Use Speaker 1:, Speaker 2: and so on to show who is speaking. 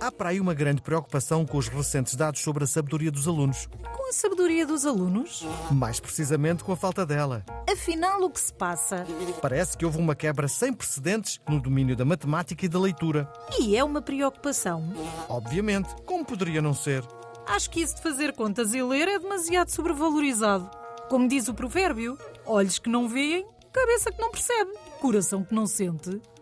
Speaker 1: Há para aí uma grande preocupação com os recentes dados sobre a sabedoria dos alunos,
Speaker 2: Com a sabedoria dos alunos?
Speaker 1: mais precisamente com a falta dela.
Speaker 2: Afinal, o que se passa?
Speaker 1: Parece que houve uma quebra sem precedentes no domínio da matemática e da leitura.
Speaker 2: E é uma preocupação.
Speaker 1: Obviamente, como poderia não ser?
Speaker 2: Acho que isso de fazer contas e ler é demasiado sobrevalorizado. Como diz o provérbio, olhos que não veem, cabeça que não percebe, coração que não sente.